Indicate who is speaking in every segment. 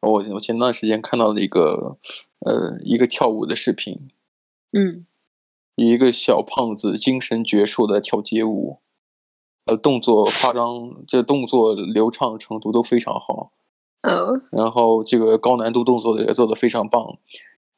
Speaker 1: 我我前段时间看到了一个呃一个跳舞的视频，
Speaker 2: 嗯
Speaker 1: 一个小胖子精神矍铄的跳街舞，呃，动作夸张，这动作流畅程度都非常好，
Speaker 2: 哦
Speaker 1: 然后这个高难度动作也做得非常棒，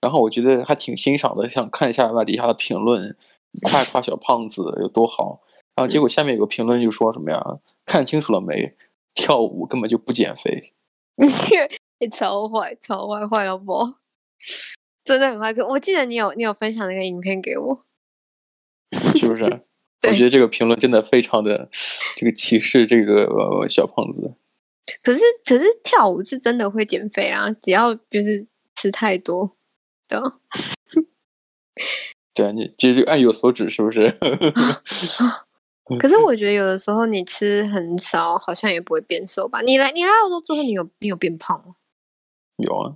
Speaker 1: 然后我觉得还挺欣赏的，想看一下那底下的评论，夸一夸小胖子有多好，然后结果下面有个评论就说什么呀，看清楚了没，跳舞根本就不减肥。
Speaker 2: 你欸超坏，超坏，坏到爆，真的很坏。可我记得你有你有分享那个影片给我，
Speaker 1: 是不是？我
Speaker 2: 对
Speaker 1: 觉得这个评论真的非常的这个歧视这个、呃小胖子。
Speaker 2: 可是可是跳舞是真的会减肥啊，只要就是吃太多的。
Speaker 1: 对啊，你这就按有所指，是不是？
Speaker 2: 可是我觉得有的时候你吃很少，好像也不会变瘦吧？你来你来澳洲之后，你有你有变胖吗？
Speaker 1: 有啊，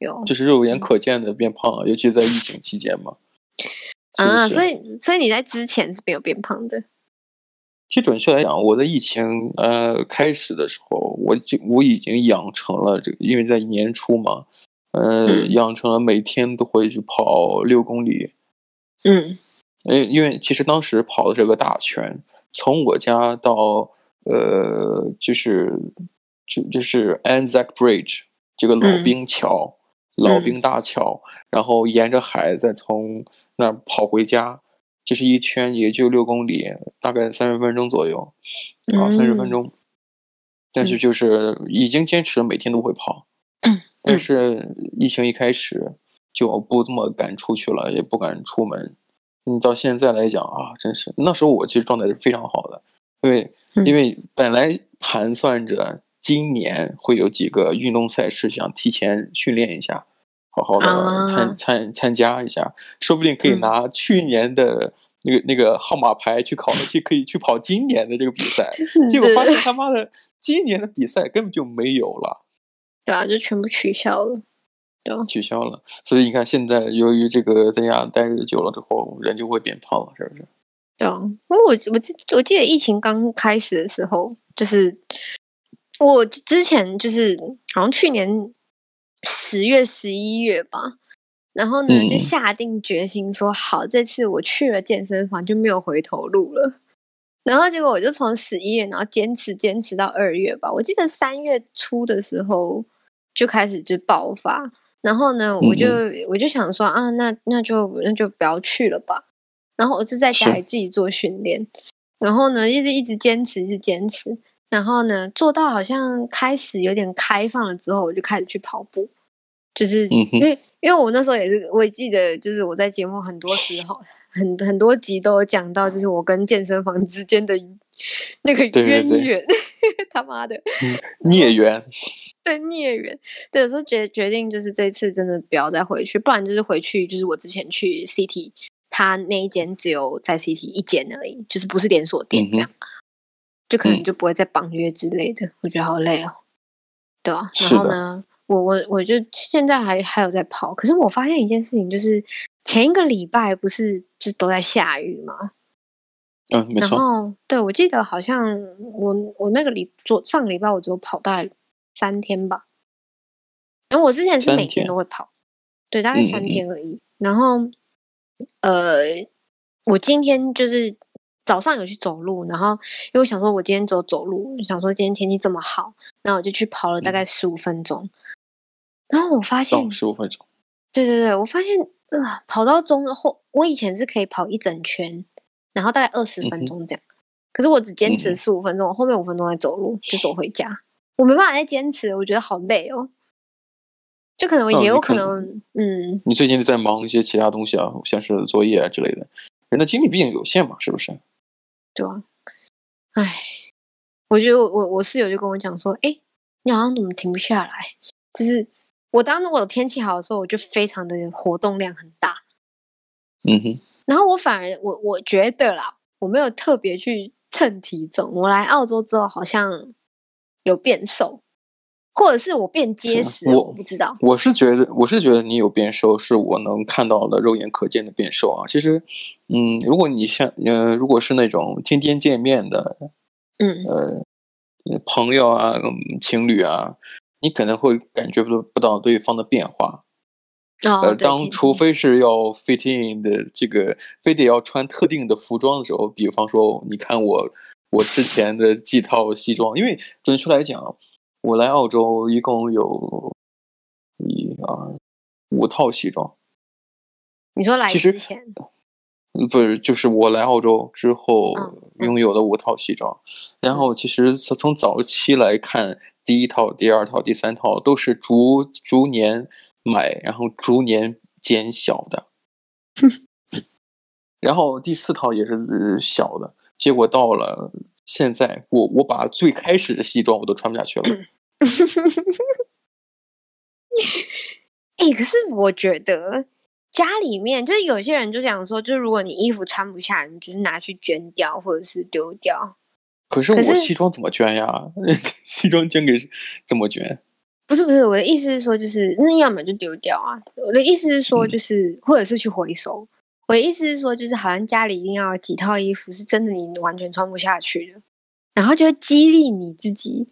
Speaker 2: 有
Speaker 1: 就是肉眼可见的变胖啊，尤其在疫情期间嘛。是不
Speaker 2: 啊，
Speaker 1: 是
Speaker 2: 所以所以你在之前是没有变胖的。
Speaker 1: 其实准确来讲，我的疫情呃开始的时候，我就我已经养成了这个，因为在年初嘛，呃，
Speaker 2: 嗯
Speaker 1: 养成了每天都会去跑六公里，
Speaker 2: 嗯
Speaker 1: 呃因因为其实当时跑的这个大圈，从我家到呃，就是就就是 Anzac Bridge 这个老
Speaker 2: 嗯
Speaker 1: 兵桥、老
Speaker 2: 嗯
Speaker 1: 兵大桥，然后沿着海再从那儿跑回家，这、是一圈也就六公里，大概三十分钟左右，啊，三十分
Speaker 2: 嗯
Speaker 1: 钟。但是
Speaker 2: 嗯
Speaker 1: 就是已经坚持每天都会跑，但
Speaker 2: 嗯
Speaker 1: 是疫情一开始就不这么敢出去了，也不敢出门。你到现在来讲啊，真是那时候我其实状态是非常好的，因为因
Speaker 2: 嗯
Speaker 1: 为本来盘算着今年会有几个运动赛事，想提前训练一下，好好的参、
Speaker 2: 啊
Speaker 1: 参参加一下，说不定可以
Speaker 2: 嗯
Speaker 1: 拿去年的那个那个号码牌去考，去可以去跑今年的这个比 赛。结果发现他妈的今年的比赛根本就没有了。
Speaker 2: 对啊，就全部取消了。对啊，
Speaker 1: 取消了，所以你看，现在由于这个在家待着久了之后，人就会变胖了，是不是？
Speaker 2: 对啊，因为我记我记我记得疫情刚开始的时候，就是我之前就是好像去年十月十一月吧，然后呢就
Speaker 1: 嗯
Speaker 2: 下定决心说好，这次我去了健身房就没有回头路了。然后结果我就从十一月，然后坚持坚持到二月吧。我记得三月初的时候就开始就爆发，然后呢，我就、我就想说啊，那那就那就不要去了吧。然后我就在家
Speaker 1: 是
Speaker 2: 里自己做训练，然后呢，一直一直坚持，一直坚持，然后呢，做到好像开始有点开放了之后，我就开始去跑步，就是
Speaker 1: 嗯哼
Speaker 2: 因为、因为我那时候也是，我也记得，就是我在节目很多时候很很多集都有讲到，就是我跟健身房之间的 那个
Speaker 1: 对对
Speaker 2: 渊
Speaker 1: 对
Speaker 2: 源， 他妈的，嗯
Speaker 1: 孽缘，
Speaker 2: 对孽缘。对，所以决决定就是这次真的不要再回去，不然就是回去就是我之前去 CT，他那一间只有在 CT 一间而已，就是不是连锁
Speaker 1: 嗯
Speaker 2: 店
Speaker 1: 哼
Speaker 2: 这样，就可能
Speaker 1: 嗯
Speaker 2: 就不会再绑约之类的。我觉得好累哦，对啊，
Speaker 1: 是
Speaker 2: 然后
Speaker 1: 的
Speaker 2: 呢，我我我就现在还还有在跑，可是我发现一件事情，就是前一个礼拜不是就都在下雨吗？
Speaker 1: 嗯，没
Speaker 2: 然
Speaker 1: 错，
Speaker 2: 后对我记得好像我我那个礼昨上个礼拜我只有跑大概三天吧，然后我之前是
Speaker 1: 三
Speaker 2: 每天
Speaker 1: 天
Speaker 2: 都会跑，对，大概
Speaker 1: 嗯嗯
Speaker 2: 三
Speaker 1: 嗯
Speaker 2: 天而已。然后呃，我今天就是早上有去走路，然后因为我想说我今天只有走路，想说今天天气这么好，那我就去跑
Speaker 1: 嗯
Speaker 2: 了大概十五分钟。然后我发现
Speaker 1: 到十五分钟，
Speaker 2: 对对对，我发现啊、跑到中后，我以前是可以跑一整圈，然后大概二十
Speaker 1: 嗯哼
Speaker 2: 分钟这样。可是我只坚
Speaker 1: 嗯
Speaker 2: 持
Speaker 1: 哼
Speaker 2: 十五分钟，我后面五分钟在走路，就走回家。我没办法再坚持，我觉得好累哦。就可能
Speaker 1: 哦
Speaker 2: 也有
Speaker 1: 你
Speaker 2: 可
Speaker 1: 可能
Speaker 2: 能，嗯，
Speaker 1: 你最近在忙一些其他东西啊，像是作业啊之类的。人的精力毕竟有限嘛，是不是？
Speaker 2: 对啊。唉，我觉得我我我室友就跟我讲说，哎，你好像怎么停不下来？就是我当我天气好的时候，我就非常的活动量很大，
Speaker 1: 嗯哼，
Speaker 2: 然后我反而我我觉得啦，我没有特别去称体重。我来澳洲之后好像有变瘦，或者是我变结
Speaker 1: 是
Speaker 2: 实了，我
Speaker 1: 我
Speaker 2: 不知道。
Speaker 1: 我是觉得，我是觉得你有变瘦，是我能看到的肉眼可见的变瘦啊。其实，嗯，如果你像，呃，如果是那种天天见面的
Speaker 2: 嗯
Speaker 1: 呃朋友啊、嗯情侣啊，你可能会感觉不不到对方的变化。
Speaker 2: 哦，
Speaker 1: 呃，
Speaker 2: 对
Speaker 1: 当
Speaker 2: 听
Speaker 1: 除非是要 fit in 的这个，非得要穿特定的服装的时候，比方说，你看我我之前的几套西装，因为准确来讲，我来澳洲一共有一二五套西装，
Speaker 2: 你说来
Speaker 1: 其实
Speaker 2: 之前，
Speaker 1: 嗯不是，就是我来澳洲之后
Speaker 2: 嗯嗯
Speaker 1: 拥有的五套西装，然后其实从从早期来看，第一套、第二套、第三套都是逐逐年买，然后逐年减小 的，然后第四套也是呃小的，结果到了现在，我我把最开始的西装我都穿不下去了，
Speaker 2: 嗯哎、可是我觉得家里面就是有些人就想说，就是如果你衣服穿不下，你就是拿去捐掉或者是丢掉。
Speaker 1: 可是
Speaker 2: 可
Speaker 1: 我
Speaker 2: 是
Speaker 1: 西装怎么捐呀？ 西装捐给怎么捐？
Speaker 2: 不是不是，我的意思是说，就是那要么就丢掉啊。我的意思是说，就是、或者是去回收。我的意思是说，就是好像家里一定要有几套衣服是真的你完全穿不下去的，然后就会激励你自己，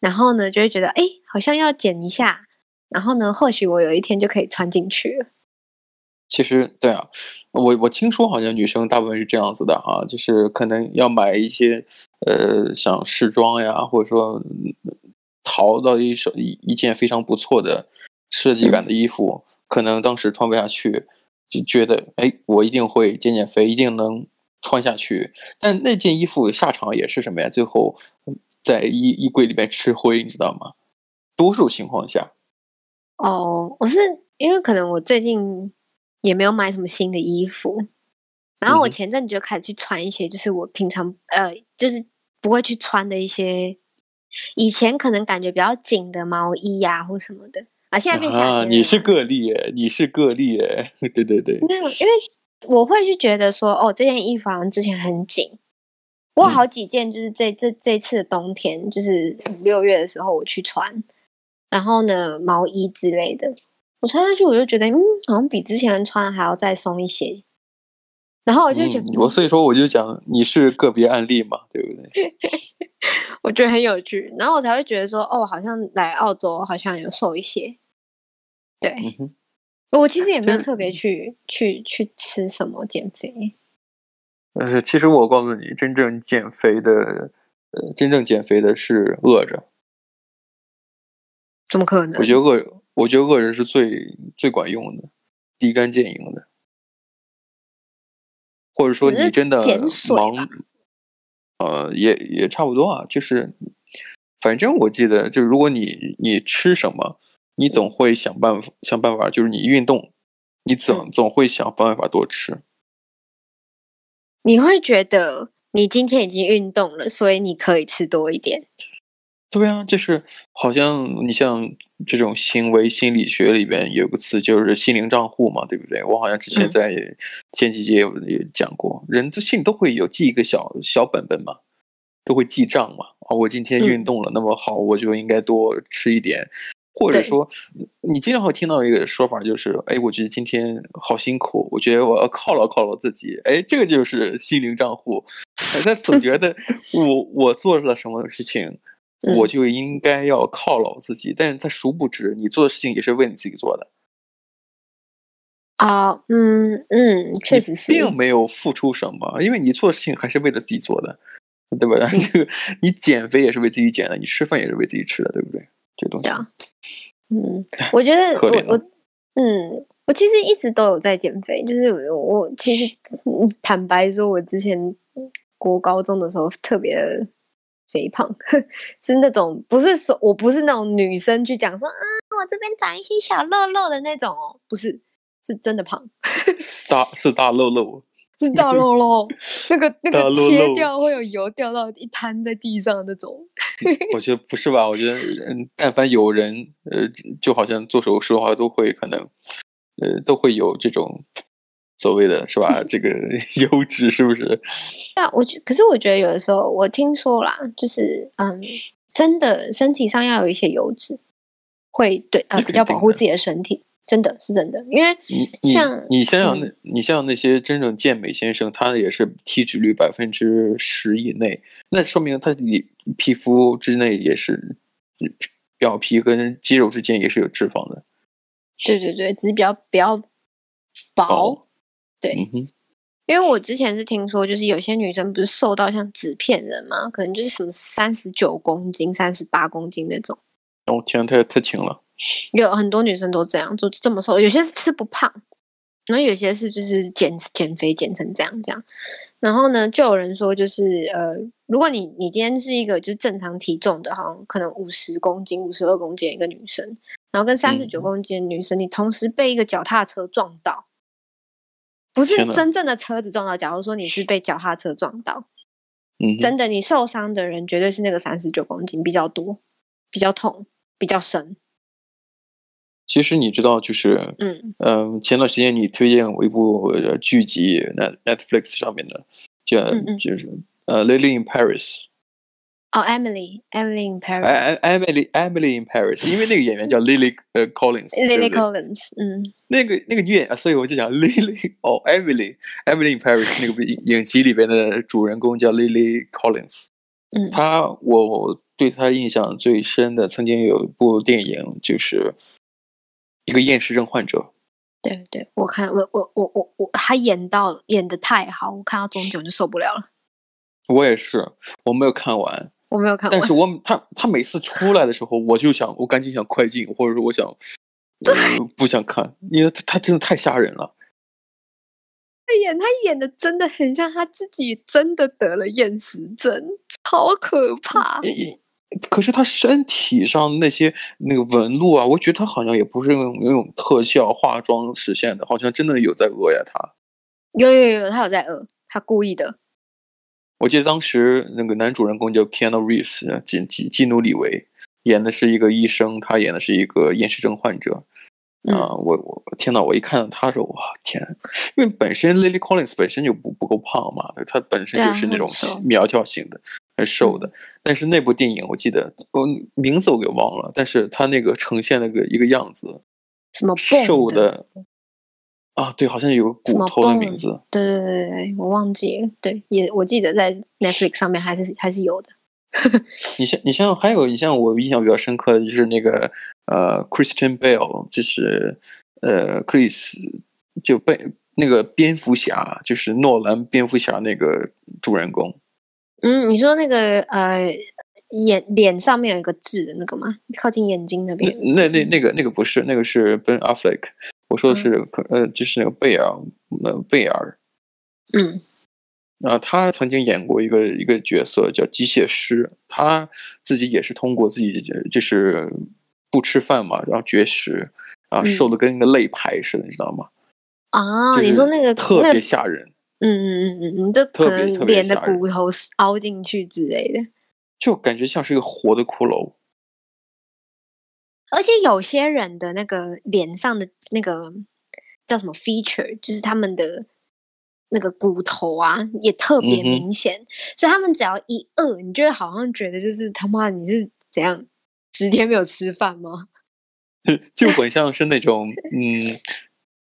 Speaker 2: 然后呢就会觉得哎、诶好像要减一下，然后呢或许我有一天就可以穿进去了。
Speaker 1: 其实对啊，我我听说好像女生大部分是这样子的哈、就是可能要买一些呃，像试装呀，或者说嗯淘到一手一一件非常不错的设计感的衣服，可能当时穿不下去，就觉得哎，我一定会减减肥，一定能穿下去。但那件衣服下场也是什么呀？最后在衣衣柜里面吃灰，你知道吗？多数情况下，
Speaker 2: 哦，我是因为可能我最近也没有买什么新的衣服，然后
Speaker 1: 嗯
Speaker 2: 我
Speaker 1: 哼
Speaker 2: 前阵子就开始去穿一些，就是我平常呃，就是不会去穿的一些，以前可能感觉比较紧的毛衣呀、或什么的啊，现在变夏天了
Speaker 1: 啊，
Speaker 2: 啦、
Speaker 1: 你是个例耶，你是个例耶， 对对对。
Speaker 2: 没有，因为我会去觉得说，哦，这件衣服好像之前很紧。我有
Speaker 1: 嗯
Speaker 2: 好几件就是这这这次的冬天，就是五六月的时候我去穿，然后呢毛衣之类的，我穿上去我就觉得，嗯，好像比之前穿的还要再松一些。然后我哦就觉得
Speaker 1: 嗯，，我所以说我就讲你是个别案例嘛，对不对？
Speaker 2: 我觉得很有趣，然后我才会觉得说，哦，好像来澳洲好像有瘦一些。对、
Speaker 1: 嗯哼，
Speaker 2: 我其实也没有
Speaker 1: 其实
Speaker 2: 特别去去去吃什么减肥，
Speaker 1: 呃，其实我告诉你，真正减肥的，呃，真正减肥的是饿着。
Speaker 2: 怎么可能？
Speaker 1: 我觉得饿，我觉得饿着是最最管用的，立竿见影的。或者说
Speaker 2: 只是
Speaker 1: 你真的
Speaker 2: 减水吧
Speaker 1: 忙，呃，也也差不多啊。就是，反正我记得，就是如果你你吃什么，你总会想办法想办法，就是你运动，你
Speaker 2: 嗯
Speaker 1: 总总会想办法多吃。
Speaker 2: 你会觉得你今天已经运动了，所以你可以吃多一点。
Speaker 1: 对啊，就是好像你像这种行为心理学里边有个词就是心灵账户嘛，对不对？我好像之前
Speaker 2: 嗯
Speaker 1: 在前几节也有也讲过，人的性都会有记一个小小本本嘛，都会记账嘛。啊，我今天运
Speaker 2: 嗯
Speaker 1: 动了，那么好，我就应该多吃一点。或者
Speaker 2: 对
Speaker 1: 说，你经常会听到一个说法，就是哎，我觉得今天好辛苦，我觉得我要犒劳犒劳自己。哎，这个就是心灵账户。哎他总觉得我我做了什么事情， 我
Speaker 2: 嗯
Speaker 1: 就应该要犒劳自己，但是他殊不知，你做的事情也是为你自己做的，
Speaker 2: 啊、嗯嗯，确
Speaker 1: 你
Speaker 2: 实是。
Speaker 1: 并没有付出什么，因为你做的事情还是为了自己做的，对吧？然后这个
Speaker 2: 嗯
Speaker 1: 你减肥也是为自己减的，你吃饭也是为自己吃的，对不对？这东西
Speaker 2: 对，啊 嗯，我觉得
Speaker 1: 可
Speaker 2: 我
Speaker 1: 怜哦
Speaker 2: 我
Speaker 1: 了
Speaker 2: 嗯，我其实一直都有在减肥，就是我我其实嗯坦白说，我之前国高中的时候特别的肥胖， 是那种不是说我不是那种女生去讲说啊、我这边长一些小肉肉的那种哦，不是，是真的胖。
Speaker 1: 四大四大漏漏，
Speaker 2: 是大肉肉，那个那
Speaker 1: 大
Speaker 2: 个
Speaker 1: 肉
Speaker 2: 切
Speaker 1: 肉
Speaker 2: 掉会有油掉到一滩在地上那种。
Speaker 1: 我觉得不是吧？我觉得，嗯，但凡有人，呃，就好像做手术的话，都会可能，呃，都会有这种所谓的是 吧？这个 优质是不是？
Speaker 2: 但啊我觉，可是我觉得有的时候我听说啦，就是嗯，真的身体上要有一些油脂，会对
Speaker 1: 那
Speaker 2: 呃比
Speaker 1: 肯
Speaker 2: 较保
Speaker 1: 定
Speaker 2: 护
Speaker 1: 的嗯
Speaker 2: 自己的身体，真的是真的，因为
Speaker 1: 你你
Speaker 2: 像
Speaker 1: 你想想
Speaker 2: 嗯
Speaker 1: 那，你像那些真正健美先生，他也是体脂率百分之十以内，那说明他里皮肤之内也是嗯表皮跟肌肉之间也是有脂肪的。
Speaker 2: 对对对，只是比较比较薄，对
Speaker 1: 嗯哼，
Speaker 2: 因为我之前是听说，就是有些女生不是瘦到像纸片人嘛，可能就是什么三十九公斤、三十八公斤那种，
Speaker 1: 然后天啊，太太轻了。
Speaker 2: 有很多女生都这样，就这么瘦，有些是吃不胖，然后有些是就是减减肥减成这样这样。然后呢，就有人说就是呃，如果你你今天是一个就是正常体重的，好像可能五十公斤、五十二公斤的一个女生，然后跟三十九
Speaker 1: 嗯
Speaker 2: 公斤的女生，你同时被一个脚踏车撞到，不是
Speaker 1: 天哪
Speaker 2: 真正的车子撞到，假如说你是被脚踏车撞到，
Speaker 1: 嗯哼，
Speaker 2: 真的你受伤的人绝对是那个三十九公斤比较多，比较痛，比较深，
Speaker 1: 其实你知道，就是
Speaker 2: 嗯。
Speaker 1: 嗯，前段时间你推荐我一部呃剧集，Net Netflix 上面的，叫
Speaker 2: 嗯嗯
Speaker 1: 就是呃《Lily in Paris
Speaker 2: 哦，Emily，Emily in》Paris，Lily
Speaker 1: 哎。哎，Emily Emily in Paris，因为那个演员叫 Lily 呃 Collins，对不对
Speaker 2: Collins，嗯，
Speaker 1: 那个那个女演员，所以我就讲 Lily 哦，Emily Emily in Paris 那个影影集里边的主人公叫 Lily Collins。
Speaker 2: 嗯
Speaker 1: 她我对她印象最深的，曾经有一部电影就是一个厌食症患者，
Speaker 2: 对对，我看我我我我我，他演到演的太好，我看到中间我就受不了了，
Speaker 1: 我也是我没有看完，
Speaker 2: 我没有看
Speaker 1: 但
Speaker 2: 完，
Speaker 1: 是我他他每次出来的时候，我就想我赶紧想快进，或者说我想。呃不想看，因为他他真的太吓人了。
Speaker 2: 他演他演的真的很像他自己真的得了厌食症，超可怕。
Speaker 1: 可是他身体上那些那个纹路啊，我觉得他好像也不是用那种特效化妆实现的，好像真的有在讹呀他。
Speaker 2: 有有有，他有在讹，他故意的。
Speaker 1: 我记得当时那个男主人公叫 Keanu Reeves，呃基基基努里维演的是一个医生，他演的是一个厌食症患者。
Speaker 2: 嗯
Speaker 1: 啊、我我天呐，我一看到他说，哇天，因为本身 Lily Collins 本身就不不够胖嘛，对她本身
Speaker 2: 对啊
Speaker 1: 就是那
Speaker 2: 很
Speaker 1: 种
Speaker 2: 瘦嗯
Speaker 1: 苗条型的，很瘦的。但是那部电影我记得，我名字我给忘了，但是他那个呈现那个一个样子，
Speaker 2: 什么
Speaker 1: 瘦
Speaker 2: 蹦的？
Speaker 1: 的啊，对，好像有个
Speaker 2: 什
Speaker 1: 骨
Speaker 2: 么
Speaker 1: 头的名
Speaker 2: Bone
Speaker 1: 字，
Speaker 2: 对对对对对，我忘记了。对，也我记得在 Netflix 上面还是还是有的。
Speaker 1: 你像你像还有你像我印象比较深刻的就是那个呃，Christian Bale，就是呃，Chris 就被那个蝙蝠侠，就是诺兰蝙蝠侠那个主人公，
Speaker 2: 嗯，你说那个呃，眼脸上面有一个痣的那个吗？靠近眼睛那边有一
Speaker 1: 那那
Speaker 2: 个痣
Speaker 1: 那个那个不是，那个是 Ben Affleck，我说的是、呃，就是那个贝尔，呃，贝尔
Speaker 2: 嗯
Speaker 1: 啊、他曾经演过一个一个角色叫机械师，他自己也是通过自己呃就是不吃饭嘛，然后绝食啊，
Speaker 2: 嗯
Speaker 1: 瘦的跟个肋排似的，你知道吗？
Speaker 2: 啊，
Speaker 1: 就
Speaker 2: 你
Speaker 1: 是
Speaker 2: 说那个
Speaker 1: 特
Speaker 2: 那
Speaker 1: 别吓人，
Speaker 2: 嗯嗯嗯嗯嗯，就
Speaker 1: 特
Speaker 2: 可
Speaker 1: 别特
Speaker 2: 能
Speaker 1: 别
Speaker 2: 脸的
Speaker 1: 吓人
Speaker 2: 骨头凹进去之类的。
Speaker 1: 就感觉像是一个活的骷髅。
Speaker 2: 而且有些人的那个脸上的那个叫什么 feature，就是他们的那个骨头啊，也特别
Speaker 1: 嗯哼
Speaker 2: 明显。所以他们只要一饿，你就会好像觉得就是他妈你是怎样十天没有吃饭吗？
Speaker 1: 就很像是那种，嗯，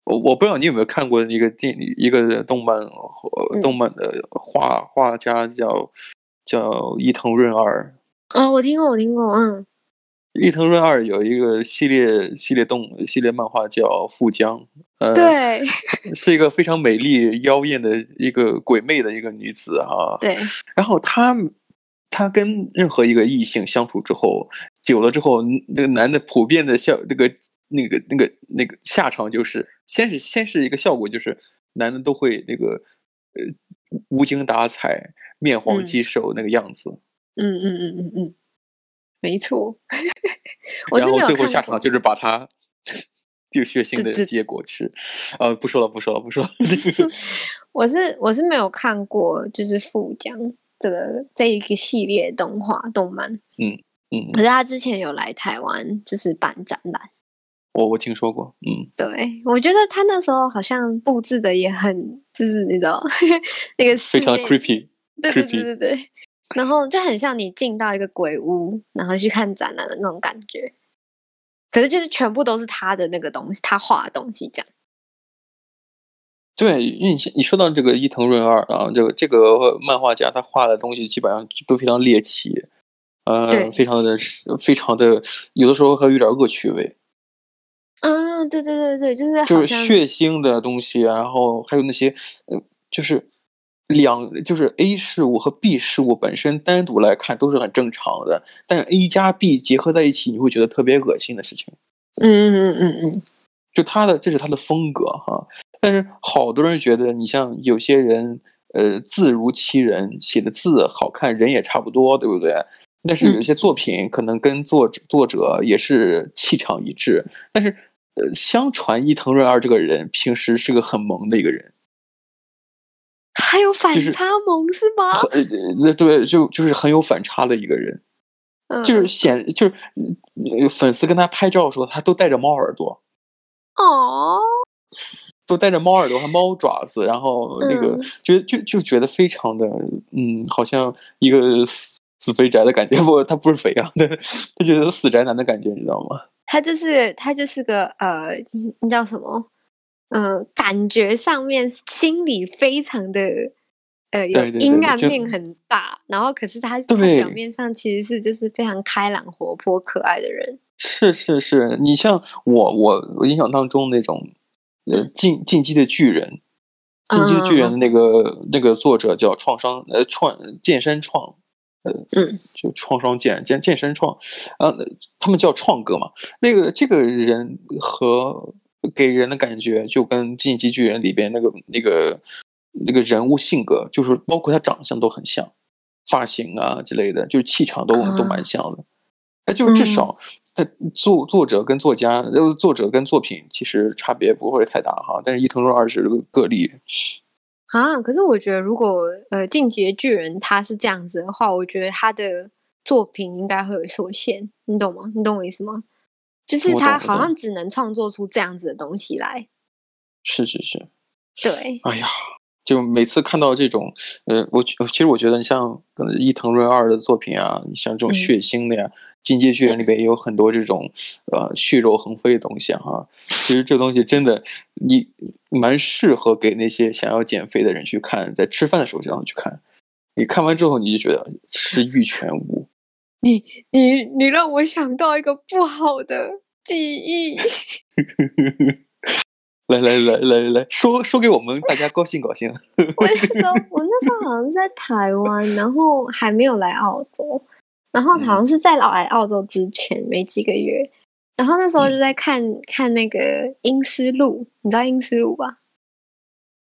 Speaker 1: 我我不知道你有没有看过一个电一个动漫，呃
Speaker 2: 嗯
Speaker 1: 动漫的画画家叫叫伊藤润二。
Speaker 2: 哦，我听过，我听过，嗯，
Speaker 1: 伊藤润二有一个系列系列动系列漫画叫《富江》，呃，，
Speaker 2: 对。
Speaker 1: 是一个非常美丽妖艳的一个鬼魅的一个女子啊。
Speaker 2: 对，
Speaker 1: 然后她她跟任何一个异性相处之后，久了之后，那个男的普遍的效那个那个那个那个下场就是，先是先是一个效果就是，男的都会那个呃无精打采、面黄
Speaker 2: 嗯
Speaker 1: 肌瘦那个样子，
Speaker 2: 嗯嗯嗯嗯嗯，没错。我是
Speaker 1: 然
Speaker 2: 没
Speaker 1: 后
Speaker 2: 有
Speaker 1: 最后
Speaker 2: 看
Speaker 1: 下
Speaker 2: 过
Speaker 1: 场就是把他。这个血腥
Speaker 2: 对
Speaker 1: 的
Speaker 2: 对
Speaker 1: 结果就是，呃，不说了，不说了，不 说了。
Speaker 2: 我是我是没有看过，就是富江这个这一个系列动画动漫，
Speaker 1: 嗯
Speaker 2: 可，是他之前有来台湾，就是办展览。
Speaker 1: 我我听说过，嗯，
Speaker 2: 对，我觉得他那时候好像布置的也很，就是你知道 那个室
Speaker 1: 非常的
Speaker 2: 内
Speaker 1: creepy。
Speaker 2: 对对
Speaker 1: creepy
Speaker 2: 对对对，然后就很像你进到一个鬼屋，然后去看展览的那种感觉。可是就是全部都是他的那个东西，他画的东西这样。
Speaker 1: 对，因为你像你说到这个伊藤润二啊，这个这个漫画家他画的东西基本上都非常猎奇，呃
Speaker 2: 对，
Speaker 1: 非常的非常的，有的时候还有点恶趣味，
Speaker 2: 嗯，对对对对，就是
Speaker 1: 就是
Speaker 2: 好像
Speaker 1: 血腥的东西，啊然后还有那些，呃，就是两就是 A 事物和 B 事物本身单独来看都是很正常的，但 A 加 B 结合在一起，你会觉得特别恶心的事情。
Speaker 2: 嗯嗯嗯嗯嗯，
Speaker 1: 就他的这是他的风格哈。但是好多人觉得，你像有些人，呃，字如其人，写的字好看，人也差不多，对不对？但
Speaker 2: 嗯
Speaker 1: 是有一些作品可能跟作者、作者也是气场一致，但是呃，相传伊藤润二这个人平时是个很萌的一个人，
Speaker 2: 还有反
Speaker 1: 就是
Speaker 2: 差萌是吗？
Speaker 1: 很呃呃对，就就是很有反差的一个人，就是
Speaker 2: 嗯
Speaker 1: 显就是呃粉丝跟他拍照的时候，他都戴着猫耳朵，
Speaker 2: 哦，
Speaker 1: 都带着猫耳朵和猫爪子，然后那个、
Speaker 2: 嗯
Speaker 1: 觉就就觉得非常的嗯，好像一个死死肥宅的感觉。不，他不是肥啊， 他他就是死宅男的感觉，你知道吗？
Speaker 2: 他就是他就是个呃，那叫什么？嗯、感觉上面心里非常的呃有
Speaker 1: 对对
Speaker 2: 阴
Speaker 1: 对
Speaker 2: 暗
Speaker 1: 就
Speaker 2: 面很大，然后可是他他
Speaker 1: 对
Speaker 2: 表面上其实是就是非常开朗、活泼、可爱的人。
Speaker 1: 是是是，你像我我我印象当中那种呃进进击的巨人，进击的巨人的那个、那个作者叫创伤呃创健身创。呃，
Speaker 2: 嗯，
Speaker 1: 就创伤健健健身创，呃，他们叫创哥嘛。那个这个人和给人的感觉就跟《进击巨人》里边那个那个那个人物性格，就是包括他长相都很像，发型啊之类的，就是气场都、都蛮像的。哎，就是至
Speaker 2: 嗯
Speaker 1: 少他作作者跟作家，呃，作者跟作品其实差别不会太大哈。但是伊藤润二是个个例，
Speaker 2: 啊，可是我觉得，如果呃《进击的巨人》他是这样子的话，我觉得他的作品应该会有所限，你懂吗？你懂我意思吗？就是
Speaker 1: 我
Speaker 2: 他
Speaker 1: 懂我
Speaker 2: 好
Speaker 1: 懂
Speaker 2: 像只能创作出这样子的东西来。
Speaker 1: 是是是。
Speaker 2: 对，
Speaker 1: 哎呀，就每次看到这种，呃，我觉其实我觉得，你像呃伊藤润二的作品啊，你像这种
Speaker 2: 嗯
Speaker 1: 血腥的呀，进击的巨人》里边也有很多这种呃血肉横飞的东西啊哈、其实这东西真的，你蛮适合给那些想要减肥的人去看，在吃饭的时候这样去看。你看完之后，你就觉得是欲全无。
Speaker 2: 你你让我想到一个不好的记忆。
Speaker 1: 来来来来来，说说给我们大家高兴高兴。
Speaker 2: 我那时候，我那时候好像是在台湾，然后还没有来澳洲，然后好像是在老来澳洲之前没几个月，然后那时候就在看、看那个《阴尸路》，你知道《阴尸路》吧？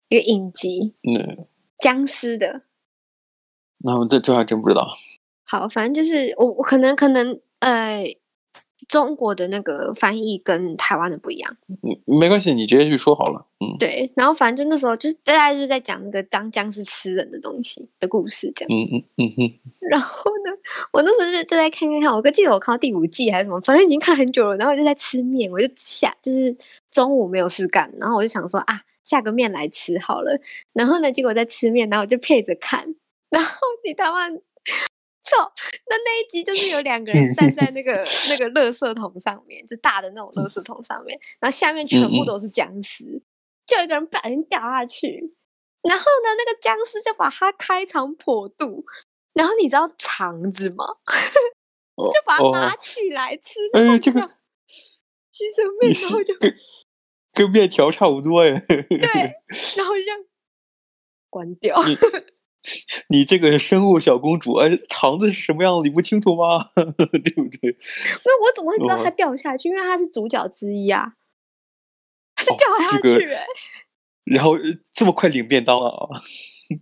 Speaker 2: 一个影集，
Speaker 1: 嗯，
Speaker 2: 僵尸的。
Speaker 1: 那我这这还真不知道。
Speaker 2: 好，反正就是我我可能可能呃，中国的那个翻译跟台湾的不一样。
Speaker 1: 嗯，没关系，你直接去说好了。嗯
Speaker 2: 对，然后反正就那时候就是大家就是在讲那个当僵尸吃人的东西的故事这样。
Speaker 1: 嗯嗯嗯哼。
Speaker 2: 然后呢，我那时候就就在看看看，我记得我看到第五季还是什么，反正已经看很久了。然后我就在吃面，我就下就是中午没有事干，然后我就想说啊，下个面来吃好了。然后呢，结果在吃面，然后我就配着看，然后你他妈。操！那那一集就是有两个人站在那个那个垃圾桶上面，就大的那种垃圾桶上面，然后下面全
Speaker 1: 嗯嗯
Speaker 2: 部都是僵尸，就有一个人不小心掉下去，然后呢，那个僵尸就把他开肠破肚，然后你知道肠子吗？
Speaker 1: 哦
Speaker 2: 就把它
Speaker 1: 哦
Speaker 2: 拉起来吃，
Speaker 1: 哎
Speaker 2: 然后
Speaker 1: 这
Speaker 2: 就
Speaker 1: 个
Speaker 2: 样吸 生面，然后就
Speaker 1: 跟跟面条差不多呀。
Speaker 2: 对，然后就这样关掉。
Speaker 1: 你这个生物小公主，哎，肠子是什么样子你不清楚吗？ 对不对？
Speaker 2: 那我怎么会知道它
Speaker 1: 哦
Speaker 2: 掉下去？因为它是主角之一啊，它
Speaker 1: 哦
Speaker 2: 掉下
Speaker 1: 这个
Speaker 2: 去、欸，哎、
Speaker 1: 然后呃这么快领便当了啊？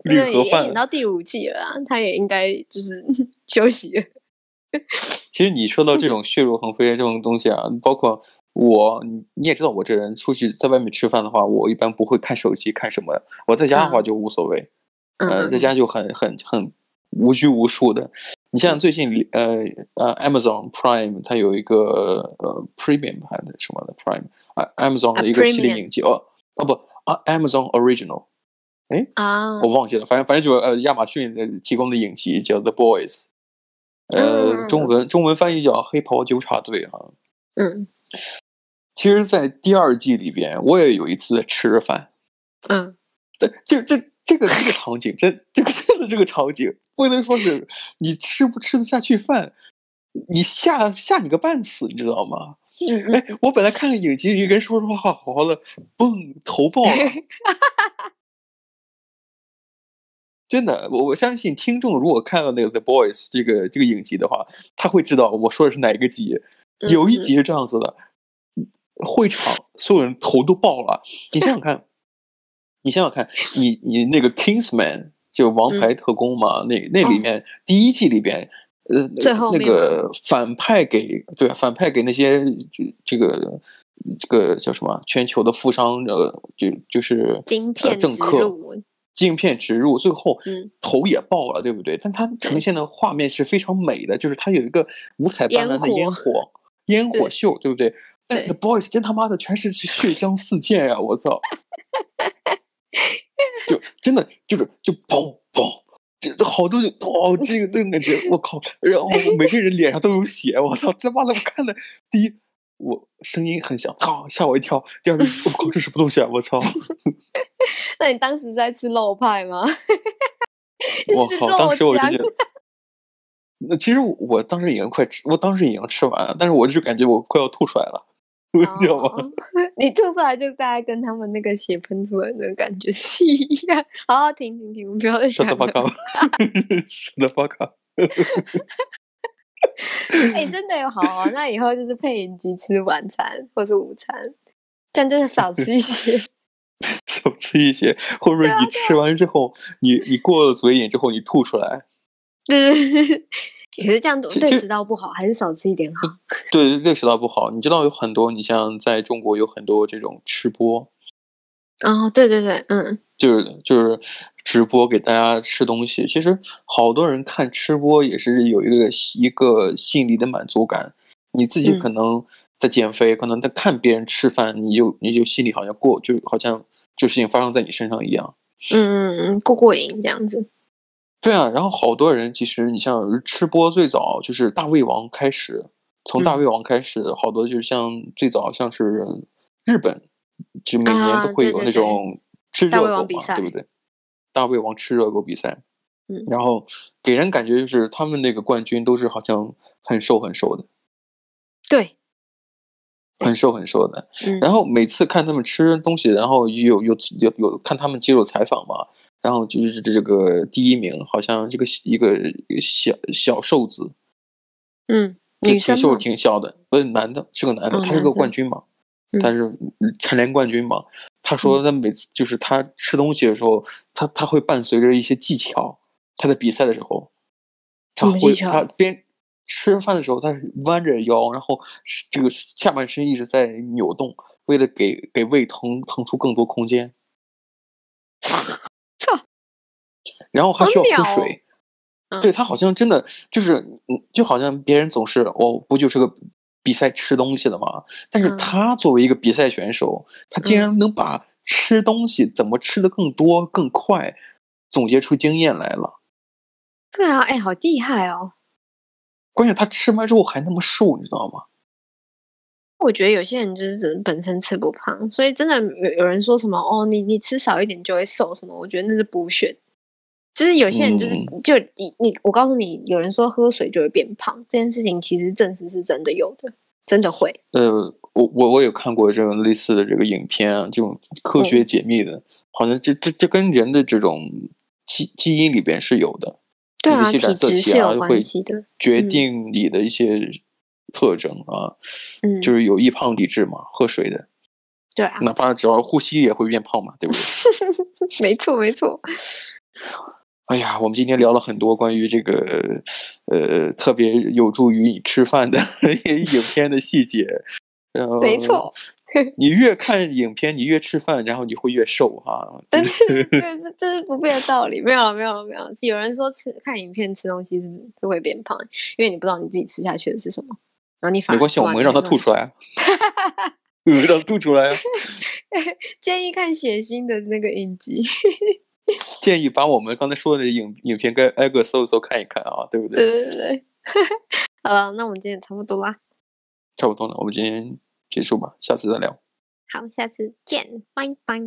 Speaker 1: 领
Speaker 2: 对，
Speaker 1: 盒
Speaker 2: 也
Speaker 1: 饭
Speaker 2: 演。到第五季了啊，它也应该就是 休息了。
Speaker 1: 其实你说到这种血肉横飞这种东西啊，包括我，你你也知道我这人出去在外面吃饭的话，我一般不会看手机看什么的。我在家的话
Speaker 2: 啊
Speaker 1: 就无所谓，
Speaker 2: 嗯，
Speaker 1: 呃，在
Speaker 2: 嗯
Speaker 1: 家就很很很无拘无束的。你
Speaker 2: 嗯
Speaker 1: 像最近呃呃，Amazon Prime 它有一个呃 Premium 还是什么的 Prime 啊，Amazon
Speaker 2: 啊
Speaker 1: 的一个系列
Speaker 2: ，Premium
Speaker 1: 影集哦哦不啊，Amazon Original
Speaker 2: 啊
Speaker 1: 我，忘记了，反正反正就是呃亚马逊呃提供的影集叫 The Boys，呃
Speaker 2: 嗯
Speaker 1: 中文中文翻译叫《黑袍纠察队》哈。
Speaker 2: 嗯
Speaker 1: 其实，在第二季里边，我也有一次吃着饭，
Speaker 2: 嗯，
Speaker 1: 对，这这这个这个场景，这这个真的这个场景，不能说是你吃不吃得下去饭，你吓吓你个半死，你知道吗？
Speaker 2: 嗯嗯，
Speaker 1: 哎，我本来看个影集，一个人说说话好好的，嘣，头 爆了。真的，我我相信听众如果看到那个《The Boys》这个这个影集的话，他会知道我说的是哪一个集。
Speaker 2: 嗯
Speaker 1: 有一
Speaker 2: 嗯
Speaker 1: 集是这样子的，会场所有人头都爆了。你想想看，你想想看，你你那个 Kingsman 就王牌特工嘛，那那里
Speaker 2: 嗯哦
Speaker 1: 面、第一季里边，呃，
Speaker 2: 最后
Speaker 1: 那
Speaker 2: 面吗
Speaker 1: 个反派给对反派给那些这这个这个叫什么全球的富商呃就就是
Speaker 2: 晶
Speaker 1: 呃、
Speaker 2: 片
Speaker 1: 政
Speaker 2: 植
Speaker 1: 客
Speaker 2: 入。
Speaker 1: 镜片植入，最后
Speaker 2: 嗯
Speaker 1: 头也爆了，对不对？但它呈现的画面是非常美的，就是它有一个五彩斑斓的
Speaker 2: 烟
Speaker 1: 烟火烟火
Speaker 2: 对
Speaker 1: 秀，对不对？但
Speaker 2: 对
Speaker 1: The Boys 真他妈的全是血浆四溅呀、我操！就真的就是就砰砰，这这好多就哦，这个这种感觉，我靠！然后每个人脸上都有血，我操！他妈的，我看的第一，我声音很响，啊，吓我一跳；第二个，我靠，这什么东西啊！我 操！
Speaker 2: 那你当时在吃肉派 吗？
Speaker 1: 我
Speaker 2: 是
Speaker 1: 靠！
Speaker 2: 肉
Speaker 1: 当时我就
Speaker 2: 酱
Speaker 1: 觉得，那其实我我当时已经快吃，我当时已经吃完了，但是我就感觉我快要吐出来了， 你知道吗？
Speaker 2: 哦？你吐出来就大概跟他们那个血喷出来的感觉是一样。好好，停停停，我们不要再
Speaker 1: 舌
Speaker 2: 讲
Speaker 1: 头发
Speaker 2: 了。
Speaker 1: 卡，舌头发卡。
Speaker 2: 哎、真的有好哦，那以后就是配影集吃晚餐或是午餐，这样就是少吃一些。
Speaker 1: 少吃一些，会不会你吃完之后，你你过了嘴瘾之后，你吐出来？
Speaker 2: 对对对，可是这样
Speaker 1: 其
Speaker 2: 对
Speaker 1: 其
Speaker 2: 食道不好，还是少吃一点好。
Speaker 1: 对对对，食道不好。你知道有很多，你像在中国有很多这种吃播，
Speaker 2: 哦，对对对，嗯，
Speaker 1: 就是就是直播给大家吃东西。其实好多人看吃播也是有一个一个心理的满足感。你自己
Speaker 2: 嗯
Speaker 1: 可能在减肥，可能在看别人吃饭，你就你就心里好像过，就好像这事情发生在你身上一样。
Speaker 2: 嗯嗯嗯，过过瘾这样子。
Speaker 1: 对啊，然后好多人其实你像呃吃播最早就是大胃王开始，从大
Speaker 2: 嗯
Speaker 1: 胃王开始，好多就是像最早像是日本，就每年
Speaker 2: 啊
Speaker 1: 都会
Speaker 2: 对
Speaker 1: 有
Speaker 2: 对
Speaker 1: 那
Speaker 2: 对
Speaker 1: 种吃热
Speaker 2: 大
Speaker 1: 狗
Speaker 2: 胃
Speaker 1: 嘛，
Speaker 2: 王比赛
Speaker 1: 对不对？大胃王吃热狗比赛，
Speaker 2: 嗯
Speaker 1: 然后给人感觉就是他们那个冠军都是好像很瘦很瘦的，
Speaker 2: 对，
Speaker 1: 很瘦很瘦的，
Speaker 2: 嗯，
Speaker 1: 然后每次看他们吃东西，然后有有有有看他们接受采访嘛，然后就是这个第一名，好像这个一个一个小小瘦子，
Speaker 2: 嗯，
Speaker 1: 就
Speaker 2: 女
Speaker 1: 挺
Speaker 2: 生
Speaker 1: 瘦
Speaker 2: 嘛
Speaker 1: 挺小的，不是男的，是个男的，
Speaker 2: 哦
Speaker 1: 他是
Speaker 2: 男
Speaker 1: 个
Speaker 2: 生
Speaker 1: 冠军嘛，
Speaker 2: 嗯
Speaker 1: 他是蝉联冠军嘛。他说他每次就是他吃东西的时候，他他会伴随着一些技巧，他在比赛的时候，
Speaker 2: 什
Speaker 1: 他
Speaker 2: 么技
Speaker 1: 会
Speaker 2: 巧
Speaker 1: 他边。吃饭的时候，他是弯着腰，然后是这个下半身一直在扭动，为了给给胃腾腾出更多空间。 然后还
Speaker 2: 好
Speaker 1: 需要
Speaker 2: 鸟
Speaker 1: 喝
Speaker 2: 哦
Speaker 1: 水。
Speaker 2: 嗯
Speaker 1: 对他好像真的就是，嗯就好像别人总是哦，不就是个比赛吃东西的嘛？但是
Speaker 2: 嗯
Speaker 1: 他作为一个比赛选手，他竟然能把吃东西怎么吃的更多更快总结出经验来了。
Speaker 2: 对啊，哎、好厉害哦！
Speaker 1: 关键他吃完之后还那么瘦，你知道吗？
Speaker 2: 我觉得有些人就是只本身吃不胖，所以真的有有人说什么哦，你你吃少一点就会瘦什么，我觉得那是不选。就是有些人就是、
Speaker 1: 嗯
Speaker 2: 就你你我告诉你，有人说喝水就会变胖，这件事情其实证实是真的有的，真的会。
Speaker 1: 呃，我我我有看过这种类似的这个影片啊，这种科
Speaker 2: 嗯
Speaker 1: 学解密的，好像这这这跟人的这种基基因里边是有的。
Speaker 2: 对
Speaker 1: 你的一
Speaker 2: 啊，
Speaker 1: 些
Speaker 2: 体
Speaker 1: 染色
Speaker 2: 质
Speaker 1: 体
Speaker 2: 是
Speaker 1: 啊
Speaker 2: 有
Speaker 1: 会
Speaker 2: 关系的。
Speaker 1: 决
Speaker 2: 嗯
Speaker 1: 定你的一些特征啊，
Speaker 2: 嗯，
Speaker 1: 就是有易胖体质嘛，喝水的，
Speaker 2: 对啊，
Speaker 1: 哪怕只要呼吸也会变胖嘛，对不 对？
Speaker 2: 没错没错。
Speaker 1: 哎呀，我们今天聊了很多关于这个呃特别有助于你吃饭的 影片的细节，然后
Speaker 2: 没错，
Speaker 1: 你越看影片，你越吃饭，然后你会越瘦哈、
Speaker 2: 但是这这这是不变的道理，没有了，没有了，没有了。是有人说吃看影片吃东西是是会变胖，因为你不知道你自己吃下去的是什么，然后你
Speaker 1: 啊
Speaker 2: 反
Speaker 1: 没
Speaker 2: 而
Speaker 1: 关系，
Speaker 2: 吃
Speaker 1: 我
Speaker 2: 完
Speaker 1: 们让
Speaker 2: 才
Speaker 1: 它
Speaker 2: 说
Speaker 1: 吐出来啊， 我们让它吐出来啊。
Speaker 2: 建议看血腥的那个影集，
Speaker 1: 建议把我们刚才说的影影片该挨个搜一搜看一看啊，对不
Speaker 2: 对 对对对。 好了，那我们今天也差不多啦，
Speaker 1: 差不多了，我们今天结束吧，下次再聊。
Speaker 2: 好，下次见，拜拜。